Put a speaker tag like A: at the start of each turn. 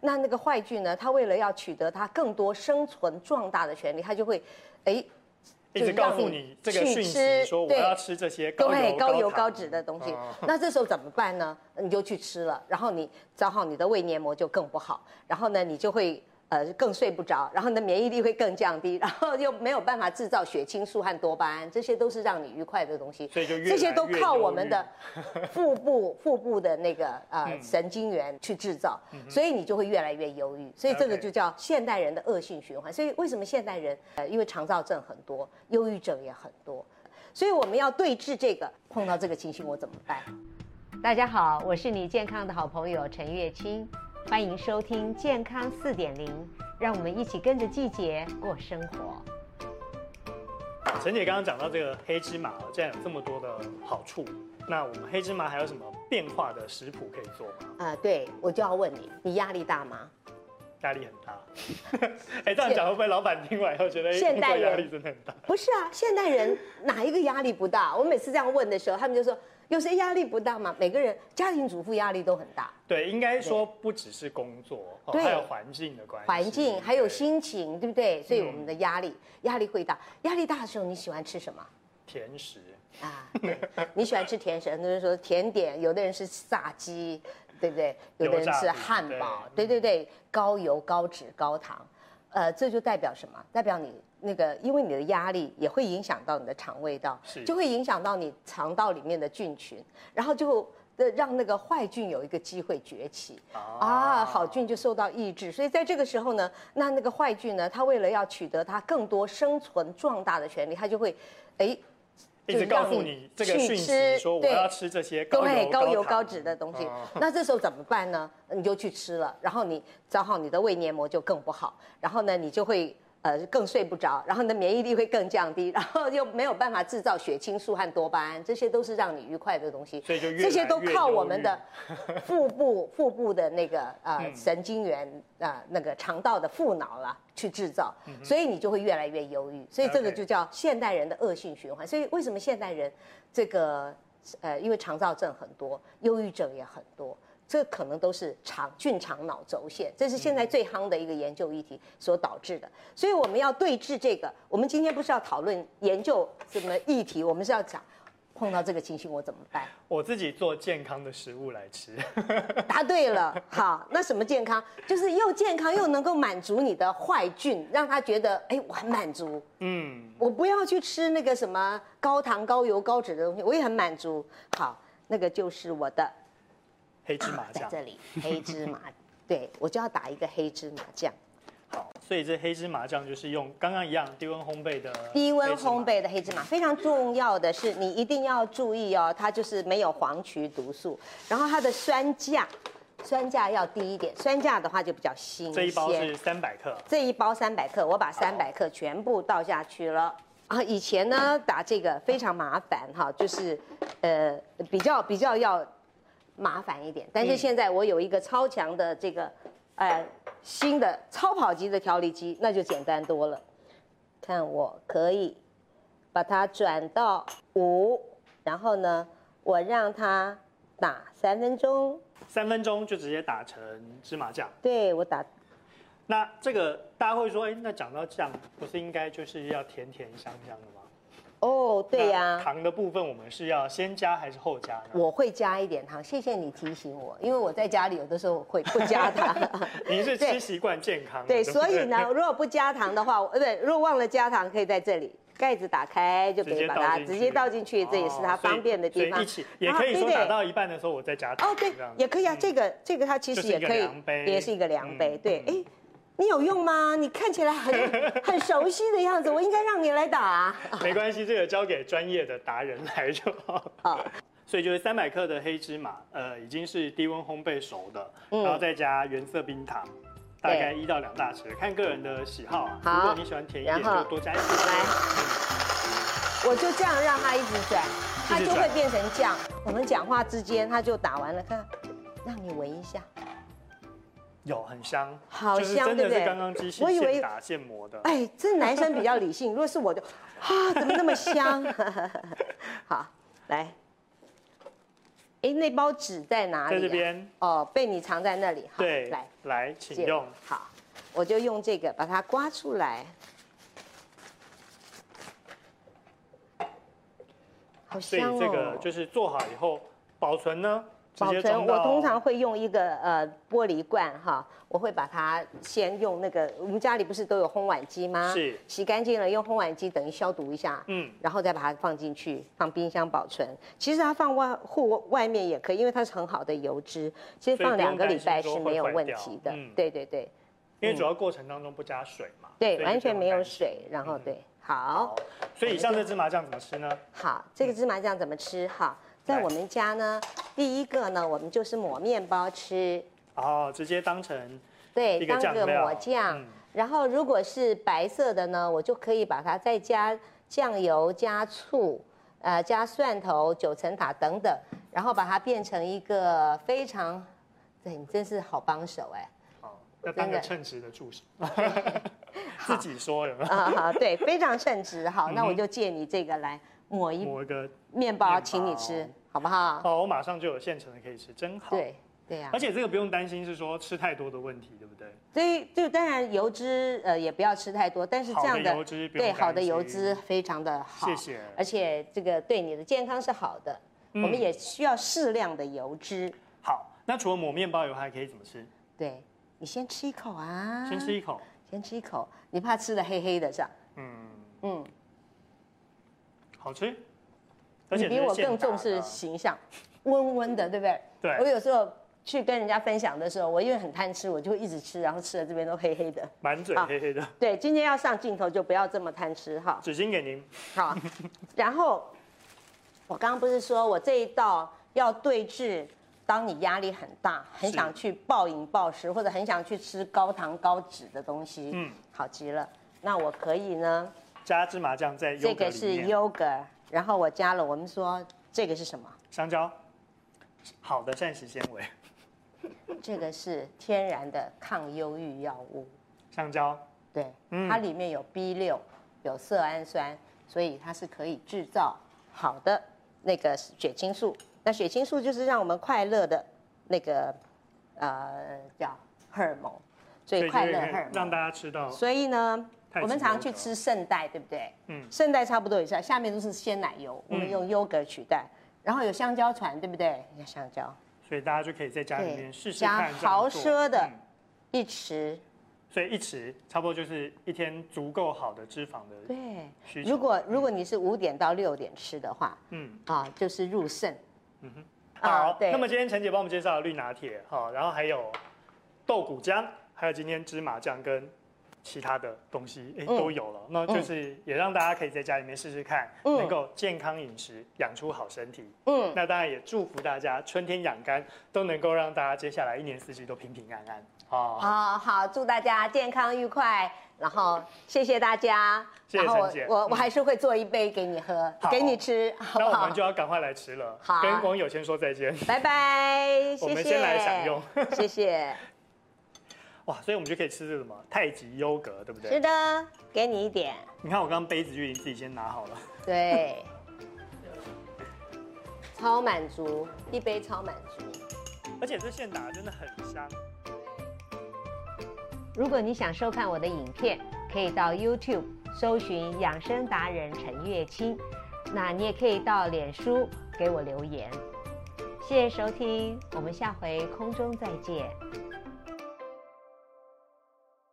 A: 那那个坏菌呢，它为了要取得它更多生存壮大的权利，它就会，哎，
B: 一直告诉你这个
A: 去
B: 讯息，
A: 吃
B: 说我
A: 对
B: 要吃这些高
A: 对
B: 油
A: 高油
B: 糖
A: 高脂的东西
B: 哦。
A: 那这时候怎么办呢？你就去吃了，然后你正好你的胃黏膜就更不好，然后呢你就会。呃，更睡不着，然后你的免疫力会更降低，然后又没有办法制造血清素和多巴胺，这些都是让你愉快的东西。
B: 所以就越
A: 这些
B: 来
A: 都
B: 越
A: 靠
B: 忧
A: 我们
B: 郁
A: 的腹部腹部的那个呃神经元去制造，所以你就会越来越忧郁。所以这个
B: OK
A: 就叫现代人的恶性循环。所以为什么现代人呃，因为肠燥症很多，忧郁症也很多，所以我们要对治这个。碰到这个情形我怎么办？大家好，我是你健康的好朋友陈月清，欢迎收听《健康四点零》，让我们一起跟着季节过生活。
B: 啊陈姐刚刚讲到这个黑芝麻哦，既然有这么多的好处，那我们黑芝麻还有什么变化的食谱可以做吗？
A: 啊、对我就要问你，你压力大吗？
B: 压力很大。 哎、这样讲会不会老板听完以后觉得哎
A: 现代
B: 工作压
A: 人
B: 力真的很大？
A: 不是啊，现代人哪一个压力不大？我每次这样问的时候，他们就说有谁压力不大吗？每个人家庭主妇压力都很大，
B: 对，应该说不只是工作，哦、
A: 对
B: 还有环境的关系，
A: 环境还有
B: 对
A: 心情，对不对？所以我们的压力压力会大，压力大的时候你喜欢吃什么？
B: 甜食。
A: 啊，对你喜欢吃甜食，很多人说甜点，有的人是炸鸡，对不对？有的人
B: 油
A: 是
B: 炸饼
A: 汉堡，
B: 对
A: 对对对，高油、高脂、高糖，呃，这就代表什么？代表你那个，因为你的压力也会影响到你的肠胃道
B: 是，
A: 就会影响到你肠道里面的菌群，然后就。呃让那个坏菌有一个机会崛起
B: 啊
A: 啊，好菌就受到抑制，所以在这个时候呢，那那个坏菌呢，它为了要取得它更多生存壮大的权利，它就会，哎，
B: 一直
A: 就
B: 告
A: 让
B: 诉
A: 你
B: 你这个
A: 去
B: 讯息，
A: 吃
B: 说我
A: 对
B: 要吃这些高
A: 对
B: 油
A: 高油
B: 糖嗯
A: 高脂的东西， 那这时候怎么办呢？你就去吃了，然后你正好你的胃黏膜就更不好，然后呢你就会呃更睡不着，然后你的免疫力会更降低，然后又没有办法制造血清素和多巴胺，这些都是让你愉快的东西。
B: 所以就越
A: 这些
B: 来
A: 都
B: 越
A: 靠
B: 忧
A: 我们
B: 郁
A: 的腹部腹部的那个呃神经元啊、呃、那个肠道的副脑啦去制造，所以你就会越来越忧郁，所以这个
B: OK
A: 就叫现代人的恶性循环。所以为什么现代人这个呃因为肠燥症很多，忧郁症也很多。这可能都是肠菌肠脑轴线，这是现在最夯的一个研究议题所导致的。所以我们要对治这个。我们今天不是要讨论研究什么议题，我们是要讲碰到这个情形我怎么办。
B: 我自己做健康的食物来吃，
A: 答对了，好，那什么健康？就是又健康又能够满足你的坏菌，让他觉得，哎，我很满足，
B: 嗯，
A: 我不要去吃那个什么高糖、高油、高脂的东西，我也很满足。好，那个就是我的
B: 黑芝麻
A: 在
B: 酱。
A: 这里黑芝 麻，对我就要打一个黑芝麻酱，
B: 好，所以这黑芝麻酱就是用刚刚一样低温烘焙的
A: 低温
B: 黑芝麻
A: 烘焙的黑芝麻非常重要的是，你一定要注意哦，它就是没有黄曲毒素，然后它的酸价，酸价要低一点，酸价的话就比较新鲜。
B: 这一包是三百克，
A: 这一包三百克，我把三百克全部倒下去了。啊，以前呢打这个非常麻烦哈，就是，呃，比较比较要麻烦一点。但是现在我有一个超强的这个，呃，新的超跑级的调理机，那就简单多了。看我可以把它转到五，然后呢，我让它打三分钟。
B: 三分钟就直接打成芝麻酱。
A: 对我打
B: 那这个大家会说，哎、那讲到酱，不是应该就是要甜甜香香的吗？
A: 哦，对呀、
B: 那糖的部分我们是要先加还是后加呢？
A: 我会加一点糖，谢谢你提醒我，因为我在家里有的时候我会不加 糖。
B: 您是吃
A: 对
B: 习惯健康的，
A: 对，
B: 不
A: 所以呢，如果不加糖的话，我呃，对，如果忘了加糖，可以在这里盖子打开，就可以把它直接倒进去，这也是它
B: 哦所以
A: 方便的地
B: 所
A: 方。
B: 以一起也
A: 然后
B: 可以说
A: 对对
B: 打到一半的时候我再加糖。
A: 哦，对
B: 这样，
A: 也可以啊，
B: 嗯
A: 这个这个它其实
B: 就是一
A: 也
B: 个
A: 可以
B: 量杯，
A: 也是一个量杯
B: 嗯，
A: 对，哎。你有用吗？你看起来 很很熟悉的样子，我应该让你来打啊。
B: 没关系，这个交给专业的达人来就好。
A: 好
B: 所以就是三百克的黑芝麻，呃，已经是低温烘焙熟的，
A: 嗯
B: 然后再加原色冰糖，大
A: 对
B: 概一到两大匙，看个人的喜好啊。
A: 好
B: 如果你喜欢甜一点，
A: 然后
B: 就多加一点。
A: 来，我就这样让它一直转，它就会变成酱。我们讲话之间，它就打完了，看，让你闻一下，
B: 有很香，
A: 好
B: 就是
A: 香
B: 真的
A: 对不
B: 是
A: 对
B: 刚刚机器
A: 我以为
B: 现打现磨的。
A: 哎，这男生比较理性，如果是我就， 啊，怎么那么香？好，来，哎、哎，那包纸在哪里、
B: 在
A: 啊？
B: 这边。
A: 哦，被你藏在那里。好
B: 对，
A: 来，
B: 来，请
A: 借我
B: 用。
A: 好，我就用这个把它刮出来。好
B: 所以
A: 香哦！
B: 这个就是做好以后保存呢，直
A: 保
B: 接
A: 存，
B: 装
A: 我
B: 到
A: 通常会用一个呃玻璃罐哈，我会把它先用那个，我们家里不是都有烘碗机吗？
B: 是
A: 洗干净了用烘碗机等于消毒一下，
B: 嗯
A: 然后再把它放进去，放冰箱保存。其实它放外户外面也可以，因为它是很好的油脂，其实
B: 所以
A: 放
B: 不
A: 两
B: 用
A: 个礼
B: 担心
A: 拜
B: 说
A: 是
B: 会
A: 没有
B: 坏
A: 问
B: 掉
A: 题的。
B: 嗯
A: 对对对
B: 因为主要过程当中不加水嘛，所
A: 嗯对，
B: 以
A: 完
B: 就
A: 全
B: 不
A: 没
B: 用
A: 有
B: 担心。嗯
A: 水，然后对，好。
B: 所以以上这芝麻酱怎么吃呢？
A: 好，这个芝麻酱怎么吃？哈，在
B: 来
A: 我们家呢，第一个呢，我们就是抹面包吃，
B: 哦，直接当成
A: 对，
B: 一个
A: 哎当
B: 酱
A: 个
B: 料。
A: 抹酱。
B: 嗯
A: 然后如果是白色的呢，我就可以把它再加酱油、加醋、呃加蒜头、九层塔等等，然后把它变成一个非常，对你真是好帮手哎。
B: 好，要当个
A: 真的
B: 称职的 助手，自己说有没有？
A: 啊、好，对，非常称职。好，那
B: 嗯
A: 我
B: 哼
A: 就借你这个来抹一
B: 抹一个，
A: 面包，请你
B: 面
A: 吃
B: 包，
A: 好不好？
B: 哦，我马上就有现成的可以吃，真好。，
A: 对，对呀、
B: 而且这个不用担心是说吃太多的问题，对不对？
A: 所以就当然油脂呃也不要吃太多，但是这
B: 好
A: 样
B: 的
A: 的
B: 油脂不用
A: 对好的
B: 担心
A: 油脂，非常的好，
B: 谢谢。
A: 而且这个对你的健康是好的。
B: 嗯
A: 我们也需要适量的油脂，
B: 好，那除了抹面包以外，还可以怎么吃？
A: 对你先吃一口啊，
B: 先吃一口，
A: 先吃一口，你怕吃的黑黑的是吧？
B: 嗯，
A: 嗯，
B: 好吃。而
A: 你
B: 且
A: 比我更重
B: 这
A: 视
B: 是现打的啊
A: 形象，温温的，对不对？
B: 对
A: 我有时候去跟人家分享的时候，我因为很贪吃，我就会一直吃，然后吃的这边都黑黑的。
B: 满嘴黑黑的，
A: 对，今天要上镜头就不要这么贪吃哈。
B: 纸巾给您。
A: 好，然后我刚刚不是说我这一道要对峙，当你压力很大，很
B: 是
A: 想去暴饮暴食，或者很想去吃高糖高脂的东西，
B: 嗯
A: 嗯，好极了。那我可以呢，
B: 加芝麻酱在
A: 这
B: 优格
A: 个
B: 里
A: 是
B: 面，
A: yogurt，然后我加了，我们说这个是什么？
B: 香蕉，好的膳食纤维，
A: 这个是天然的抗忧郁药物，
B: 香蕉，
A: 对，
B: 嗯
A: 它里面有 B 六，有色氨酸，所以它是可以制造好的那个血清素。那血清素就是让我们快乐的那个呃叫荷尔蒙，所以快乐
B: 就是
A: 荷尔
B: 让
A: 蒙。
B: 大家吃到
A: 所以呢，
B: 太
A: 我们
B: 极
A: 常
B: 优
A: 去
B: 格
A: 吃圣代，对不对？
B: 嗯
A: 嗯，圣代差不多以上，下面都是鲜奶油，我们用优格取代，然后有香蕉船，对不对？你看香蕉
B: 所以大家就可以在家里面
A: 对
B: 试试
A: 加
B: 看，这样
A: 豪
B: 做
A: 奢的
B: 嗯
A: 一匙，
B: 所以一匙差不多就是一天足够好的脂肪的
A: 对。
B: 需求。
A: 如果如果你是五点到六点吃的话，
B: 嗯，
A: 啊，就是入肾。啊
B: 好，
A: 对
B: 那么今天陈姐帮我们介绍了绿拿铁，好，然后还有豆骨浆，还有今天芝麻酱跟其他的东西，哎，
A: 嗯
B: 都有了，那就是也让大家可以在家里面试试看，
A: 嗯
B: 能够健康饮食，养出好身体。
A: 嗯，
B: 那当然也祝福大家春天养肝，都能够让大家接下来一年四季都平平安安。哦，
A: 哦，好，祝大家健康愉快，然后谢谢大家。
B: 谢谢
A: 然后我
B: 陈姐
A: 我
B: 嗯
A: 我还是会做一杯给你喝
B: 好，
A: 给你吃，好
B: 那
A: 不
B: 我
A: 好
B: 们就？要赶快来吃了，
A: 好
B: 跟网友先说再见。
A: 拜拜，
B: 我
A: 谢
B: 们
A: 谢。
B: 先来享用，
A: 谢谢。
B: 哇，所以我们就可以吃这个什么太极优格，对不
A: 是
B: 对？
A: 的，给你一点。
B: 你看我刚刚杯子就已经自己先拿好了，
A: 对，超满足，一杯超满足。
B: 而且这现打真的很香。
A: 如果你想收看我的影片，可以到 YouTube 搜寻“养生达人陈月清”，那你也可以到脸书给我留言。谢谢收听，我们下回空中再见。